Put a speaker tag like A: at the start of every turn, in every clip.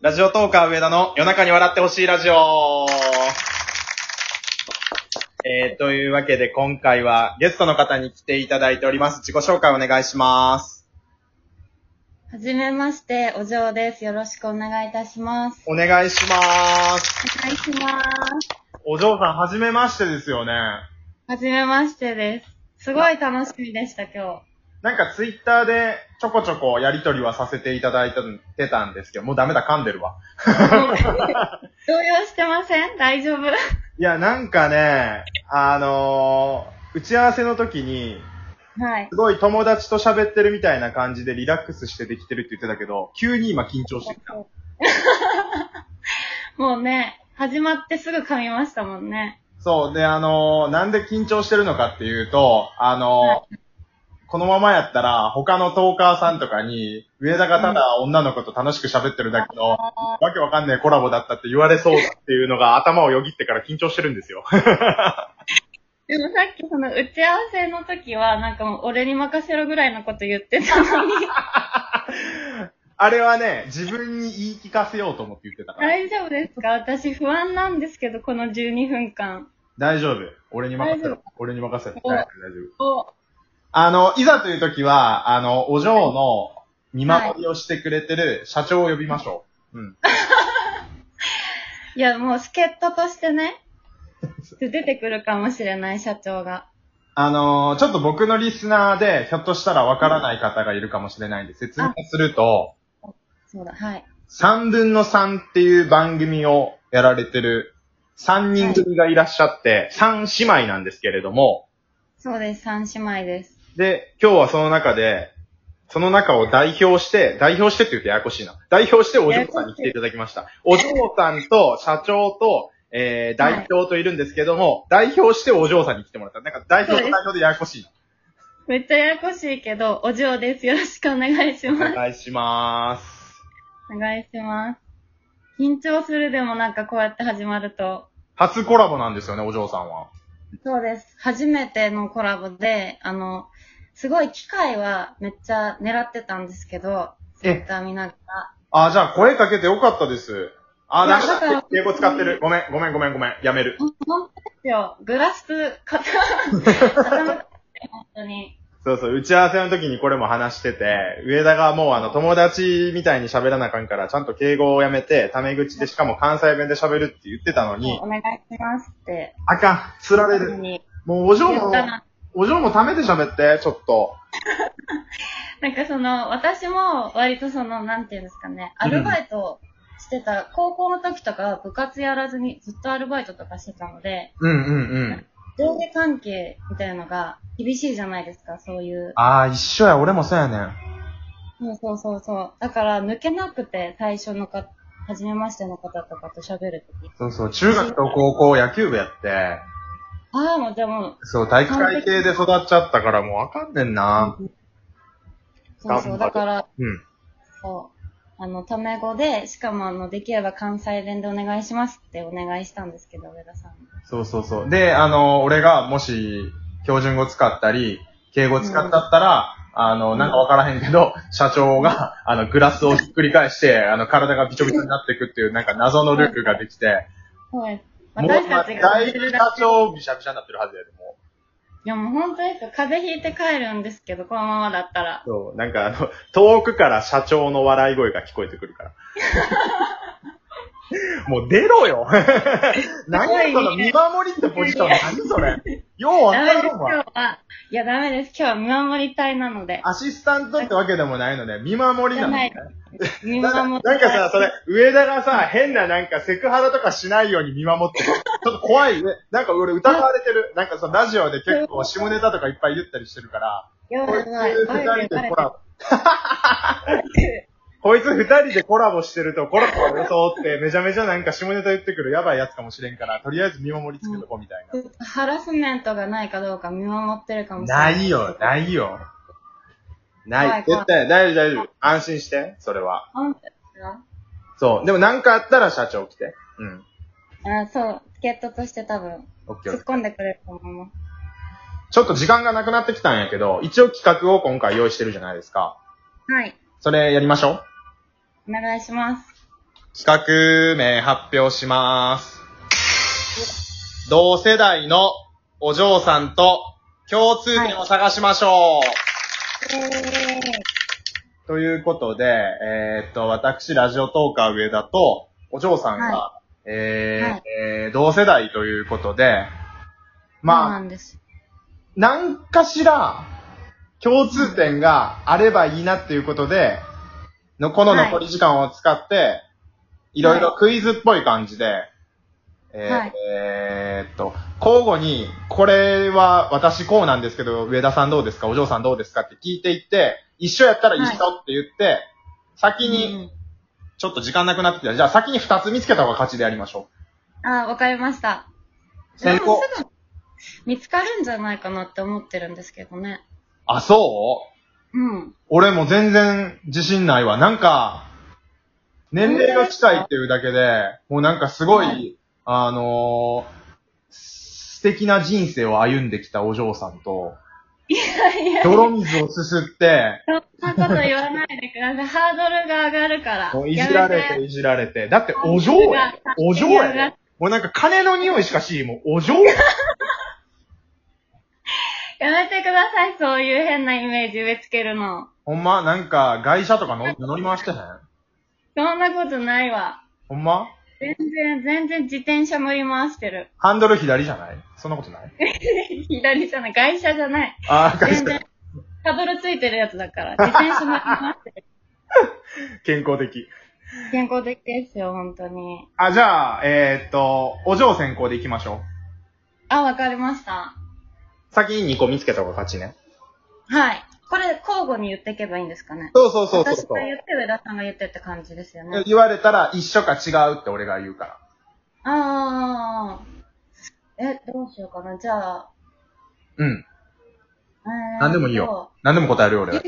A: ラジオトーカー上田の夜中に笑ってほしいラジオ。えー、というわけで今回はゲストの方に来ていただいております。自己紹介お願いします。
B: はじめまして、お嬢です。よろしくお願いいたします。
A: お願いします。
B: お願いします。
A: お嬢さん、はじめましてですよね。
B: はじめましてです。すごい楽しみでした、 今
A: なんかツイッターでちょこちょこやりとりはさせていただいてたんですけど、もうダメだ、噛んでるわ。
B: 日。動揺してません大丈夫はい
A: や、なんかね、あのー打ち合わせの時に、
B: い。
A: すごい友達と喋ってるみたいな感じでリラックスしてできてるって言ってたけど、急に今緊張してきた。
B: もうね、始まってすぐ噛みましたもんね。
A: そう。で、あのーなんで緊張してるのかっていうと、あのーこのままやったら、他のトーカーさんとかに、上田がただ女の子と楽しく喋ってるだけの、わけわかんないコラボだったって言われそうだっていうのが頭をよぎってから緊張してるん ですよ。
B: でもさっきその打ち合わせの時は、なんかもう俺に任せろぐらいのこと言ってた のに、
A: あれはね、自分に言い聞かせようと思って言ってたから。
B: 大丈夫ですか私不安なんですけど、この12分間。
A: 大丈夫。俺に任せ
B: 大
A: ろ
B: 丈。
A: 俺に任せろ。
B: お
A: 大丈夫。大丈夫
B: お、
A: あの、いざという時は、あの、お嬢の見守りをしてくれてる社長を呼びましょう。うん。
B: いや、もう助っ人としてね、出てくるかもしれない、社長が。
A: あのーちょっと僕のリスナーで、ひょっとしたらわからない方がいるかもしれないんで、説明すると、
B: そうだ、はい。
A: 3分の3っていう番組をやられてる3人組がいらっしゃって、3姉妹なんですけれども、
B: そうです、三姉妹です。
A: で、今日はその中で、その中を代表して、代表してって言うとややこしいな。代表してお嬢さんに来ていただきました。お嬢さんと社長と、えー、代表といるんですけども、代表してお嬢さんに来てもらった。なんか代表と代表でややこしいな。
B: めっちゃややこしいけど、お嬢です。よろしくお願いします
A: お。願いします。
B: お願いします。緊張するでもなんかこうやって始まると。
A: 初コラボなんですよね、お嬢さんは。
B: そうです。初めてのコラボで、あの、すごい機会はめっちゃ狙ってたんですけど、ツイッター見ながら。
A: あ、じゃあ声かけてよかったです。あ、
B: いや
A: なん
B: だから
A: か、英語使ってる。ごめん、ごめん、ごめん、ごめん。やめる。
B: 本当ですよ。グラス、傾 傾けて、本当に。
A: そうそう、打ち合わせの時にこれも話してて、上田がもうあの友達みたいに喋らなあかんから、ちゃんと敬語をやめて、タメ口でしかも関西弁で喋るって言ってたのに
B: お、願いしますって。
A: あかん、釣られる。
B: に
A: もうお嬢
B: 言
A: も
B: った、ら、
A: お嬢もタメで喋って、ちょっと。
B: なんかその、私も割とその、なんていうんですかね、アルバイトしてた、高校の時とかは部活やらずにずっとアルバイトとかしてたので、
A: うんうんうん。
B: 上下関係みたいなのが厳しいじゃないですか、そういう。
A: ああ、一緒や、俺もそうやねん。
B: そうそうそうそう。だから抜けなくて、最初のか、初めましての方とかと喋るとき。
A: そうそう、中学と高校野球部やって、
B: ああ、もうじゃあもう、
A: そう、体育会系で育っちゃったからもうわかんねんな。
B: そうそう、だから、
A: うん。
B: そう。あの、タメ語で、しかもあの、できれば関西弁でお願いしますってお願いしたんですけど、上田さんに。
A: そうそうそう。で、あの、俺がもし、標準語使ったり、敬語使ったったら、あの、なんかわからへんけど、 社長が、あの、グラスをひっくり返して、あの、体がびちょびちょになっていくっていう、なんか謎のルールができて、
B: そうです。
A: もう、
B: 私たちが。
A: だい
B: い
A: ぶ社長、びしゃびしゃになってるはずやで、もう。
B: やもう本当ですよ。風邪ひいて帰るんですけど、このままだったら。
A: そう、なんかあの、遠くから社長の笑い声が聞こえてくる から。もう出ろよ 何やその見守りってポジション何それようわ
B: ダメ
A: か
B: です、
A: る
B: 今
A: わ
B: 日。は。いや、ダメです。今日は見守り隊なので。
A: アシスタントってわけでもないので、見守 りなのね。
B: 見
A: な
B: 守
A: ん
B: り
A: かなんかさ、そ
B: れ。
A: れ、上田がさ、変ななんかセクハラとかしないように見守ってる。ちょっと怖い。なんか俺疑われてる。なんかそのラジオで結構下ネタとかいっぱい言ったりしてるから、
B: や
A: こ
B: ば
A: い
B: い、
A: つ
B: やばい。バレ
A: 二
B: て
A: 人で
B: る
A: コラボ。こいつ二人でコラボしてると、コラボを装ってめちゃめちゃなんか下ネタ言ってくるやばいやつかもしれんから、とりあえず見守りつけとこうみたいな。
B: ハラスメントがないかどうか見守ってるかもしれな。
A: ないいよ、ないよ。ない。
B: 怖い怖
A: 絶対、
B: い
A: 大丈夫、大丈夫。安心して、それは。
B: 本当ですか
A: そう。でもなんかあったら社長来て。うん。
B: あそう、助っ人として多分、
A: オッケーオッ
B: 突っ
A: ケー。
B: 込んでくれると思います。
A: ちょっと時間がなくなってきたんやけど、一応企画を今回用意してるじゃないですか。
B: はい。
A: それやりましょう。
B: お願いします。
A: 企画名発表します。同世代のお嬢さんと共通点を探しましょう。ということで、えーっと、私、ラジオトーカー上田と、お嬢さんが、
B: は
A: えー
B: はい
A: えー同世代ということで、
B: そうな
A: まあ、
B: んです。
A: なんかしら、共通点があればいいなっていうことで、のこの残り時間を使って、い、ろいろクイズっぽい感じで、えー
B: はい
A: えーっと、交互に、これは私こうなんですけど、上田さんどうですかお嬢さんどうですかって聞いていって、一緒やったら一緒って言って、先
B: う
A: に、
B: ん
A: ちょっと時間なくなってきたら、じゃあ先に二つ見つけた方が勝ちでやりましょ
B: あ、わかりました。
A: う。先
B: でも
A: 行。
B: すぐ見つかるんじゃないかなって思ってるんですけどね。
A: あ、そう
B: うん。
A: 俺も全然自信ないわ。なんか、年齢が近いっていうだけで、もうなんかすごい、
B: は
A: あのー素敵な人生を歩んできたお嬢さんと、 泥水をすすって、
B: そんなこと言わないでください。ハードルが上がるから。
A: もういじられ
B: や
A: て
B: め
A: いじられて、だってお嬢やで、お嬢やで。もうなんか金の匂いしかし、もうお嬢やで。
B: やめてください、そういう変なイメージ植え付けるの。
A: ほんま、なんか外車とか乗乗り回してへん
B: そんなことないわ。
A: ほんま
B: 全然、全然自転車乗り回してる。
A: ハンドル左じゃないそんなことない
B: 左じゃない、外車じゃない。
A: あー、外
B: 全
A: 車
B: 然、タブルついてるやつだから。自転車乗り回してる。
A: 健康的。
B: 健康的ですよ、本当に。
A: あ、じゃあ、えーっと、お嬢先行でいきましょ
B: あ、わかりました。
A: う。先に2個見つけた方が勝ちね。
B: はい。これ、交互に言っていけばいいんですかね。
A: そうそうそうそう
B: 私が言って、上田さんが言ってって感じですよね。
A: 言われたら、一緒か違うって俺が言うから。
B: ああ。え、どうしようかな。じゃあ、
A: うん。
B: えー
A: 何でもいいよ。何でも答えるよ、俺。
B: 好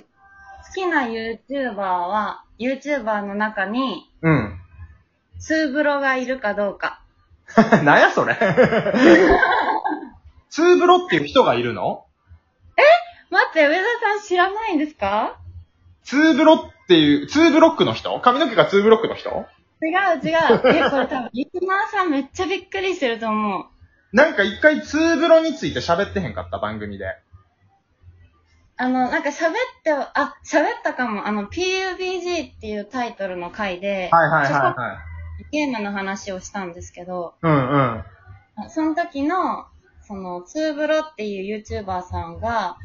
B: きな YouTuber は、YouTuber の中に、
A: うん。
B: ツーブロがいるかどうか。
A: なんやそれ。 ツーブロっていう人がいるの
B: 待って、上田さん知らないんですか
A: ツーブロっていう、ツーブロックの人髪の毛がツーブロックの人
B: 違う 違う。え、これ多分、リスナーさんめっちゃびっくりしてると思う。
A: なんか一回ツーブロについて喋ってへんかった番組で。
B: あの、なんか喋って、あ、喋ったかも。あの、PUBG っていうタイトルの回で、
A: はいはいはい
B: そこ
A: はい。
B: ゲームの話をしたんですけど、
A: うんうん。
B: その時の、その、ツーブロっていう YouTuber さんが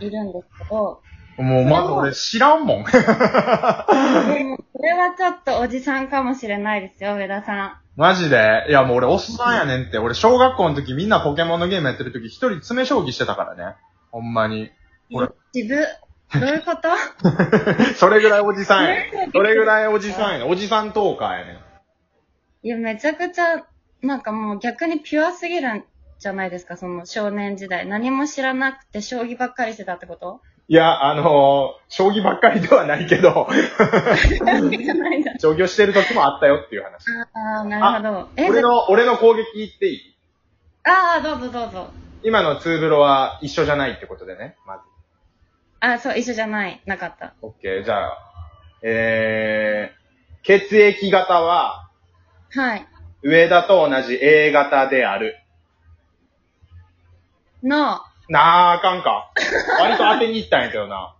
B: いるんですけど、
A: もうまず俺知らんもん。
B: でも、これはちょっとおじさんかもしれないですよ、上田さ
A: マジでいやもう俺おっさんやねんって。俺小学校の時みんなポケモンのゲームやってる時一人詰め将棋してたからね。ほんまに。
B: ん。
A: 俺
B: 自分、どういうこと
A: それぐらいおじさんやねん。それぐらいおじさんやねん。おじさんトーカーやねん。
B: いや、めちゃくちゃ、なんかもう逆にピュアすぎるんじゃないですか、その少年時代。何も知らなくて将棋ばっかりしてたってこと
A: いや、あのー将棋ばっかりではないけど、
B: じゃないんだ。
A: 将棋をしてる時もあったよっていう話。
B: ああ、なるほど。え、
A: 俺の、俺の攻撃言っていい
B: ああ、どうぞどうぞ。
A: 今のツーブロは一緒じゃないってことでね。まず。
B: あそう、一緒じゃない。なかった。
A: オッケー、じゃあ、えー、血液型は、
B: はい。
A: 上田と同じ A 型である。
B: の、
A: なあ、あかんか。割と当てに行ったんやけどな。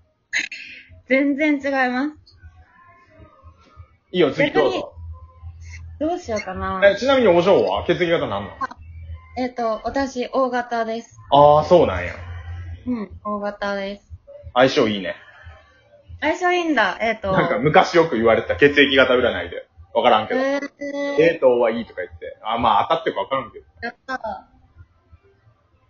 B: 全然違います。
A: いいよ、次どうぞ。
B: どうしようかな。
A: えちなみにお嬢は血液型なんの
B: えっ、と、私、大型です。
A: ああ、そうなんや。
B: うん、大型です。
A: 相性いいね。
B: 相性いいんだ。えっ、と、
A: なんか昔よく言われてた血液型占いで。わからんけど。
B: えー、
A: A と O はいいとか言って。あ、まあ当たってるかわからんけど。
B: やった。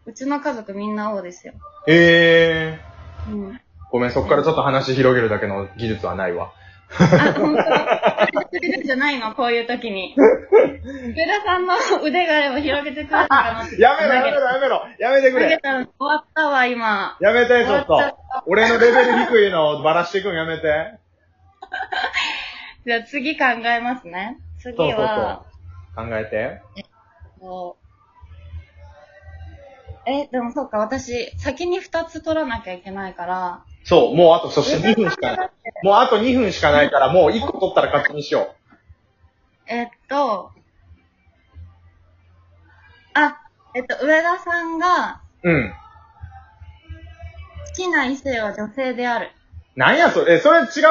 B: うちの家族みんな O ですよ。
A: ええ
B: うん。
A: ー。ごめん、そっからちょっと話広げるだけの技術はないわ。
B: あ、本当。それじゃないの、こういう時 に。上田さんの腕があれば広げてくれたかなっ て。
A: やめろ、やめろ、やめろやめてく
B: 投げ
A: れ
B: たの終わったわ、今。
A: やめて、ちょっ
B: 終わっちゃ
A: と
B: っ。
A: 俺のレベル低いのをばらしていくんやめて。
B: じゃあ次考えますね。次
A: そうそうそう
B: は、。
A: 考えて。
B: こうえ、でもそうか、私、先に2つ取らなきゃいけないから、
A: そう、もうあと、そして2分しかない。もうあと2分しかないから、もう1個取ったら勝ちにしよ
B: えっと、あ、えっと、上田さんが、
A: うん。
B: 好きな異性は女性である。
A: なんやそれ、え、それ違うそれ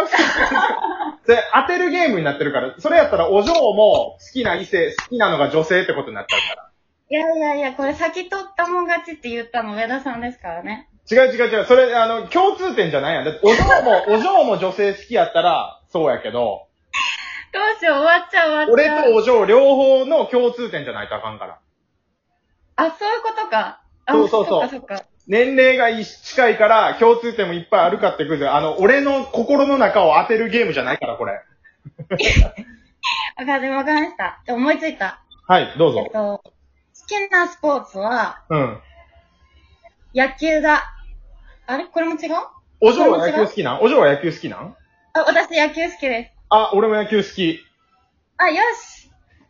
A: 当てるゲームになってるから、それやったらお嬢も好きな異性、好きなのが女性ってことになっちゃうから。
B: いやいやいや、これ先取ったもん勝ちって言ったの上田さんですからね。
A: 違う違う違う、それ、あの、共通点じゃないやん。だってお嬢も、 お嬢も女性好きやったら、そうやけど、
B: どうしよう、終わっちゃう終わっち
A: 俺
B: ゃう。
A: とお嬢両方の共通点じゃないとあかんから。
B: あ、そういうことか。あ
A: そうそうそう
B: そっかそっか。
A: 年齢が一緒近いから共通点もいっぱいあるかってクイズ。あの、俺の心の中を当てるゲームじゃないから、これ。
B: わかりわかりました。で思いついた。
A: はい、どう
B: え
A: ぞ
B: っ。と、好きなスポーツは
A: うん。
B: 野球だ。あれこれも違う
A: お嬢は野球好きなんお嬢は野球好きなん
B: あ、私野球好きです。
A: あ、俺も野球好き。
B: あ、よし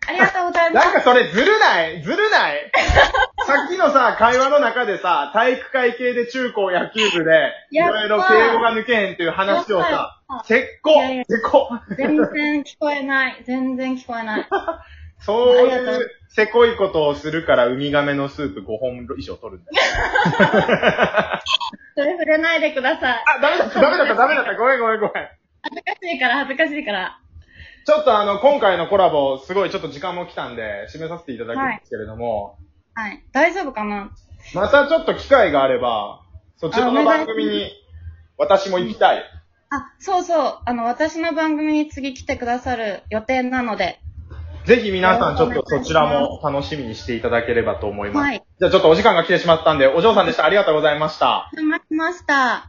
B: ありがとうございます
A: な。んかそれずるないずるない さっきのさ、会話の中でさ、体育会系で中高野球部で、い
B: やっぱ
A: ろいろ敬語が抜けへんっていう話を
B: や
A: さ
B: っぱ、
A: せっこ
B: いやいや
A: せっこ
B: 全然聞こえない。全然聞こえない。
A: そう
B: ありが
A: い
B: と
A: う、せこいことをするから、ウミガメのスープ5本以上取るんだよ。
B: それ触れないでください。
A: あ、ダメだった、ダメだった、ダメだった、ごめんごめんごめん。
B: 恥ずかしいから、恥ずかしいから。
A: ちょっとあの、今回のコラボ、すごいちょっと時間も来たんで、締めさせていただくんですけれども、
B: はい。大丈夫かな
A: またちょっと機会があれば、そちらの番組に、私も行きたい。
B: あ、そうそう。あの、私の番組に次来てくださる予定なので。
A: ぜひ皆さんちょっ
B: よ
A: と
B: ろしくお願
A: そ
B: いします
A: ちらも楽しみにしていただければと思います。
B: はい
A: じゃあちょっとお時間が来てしまったんで、お嬢さんでした。ありがとうございました。
B: 待ちました。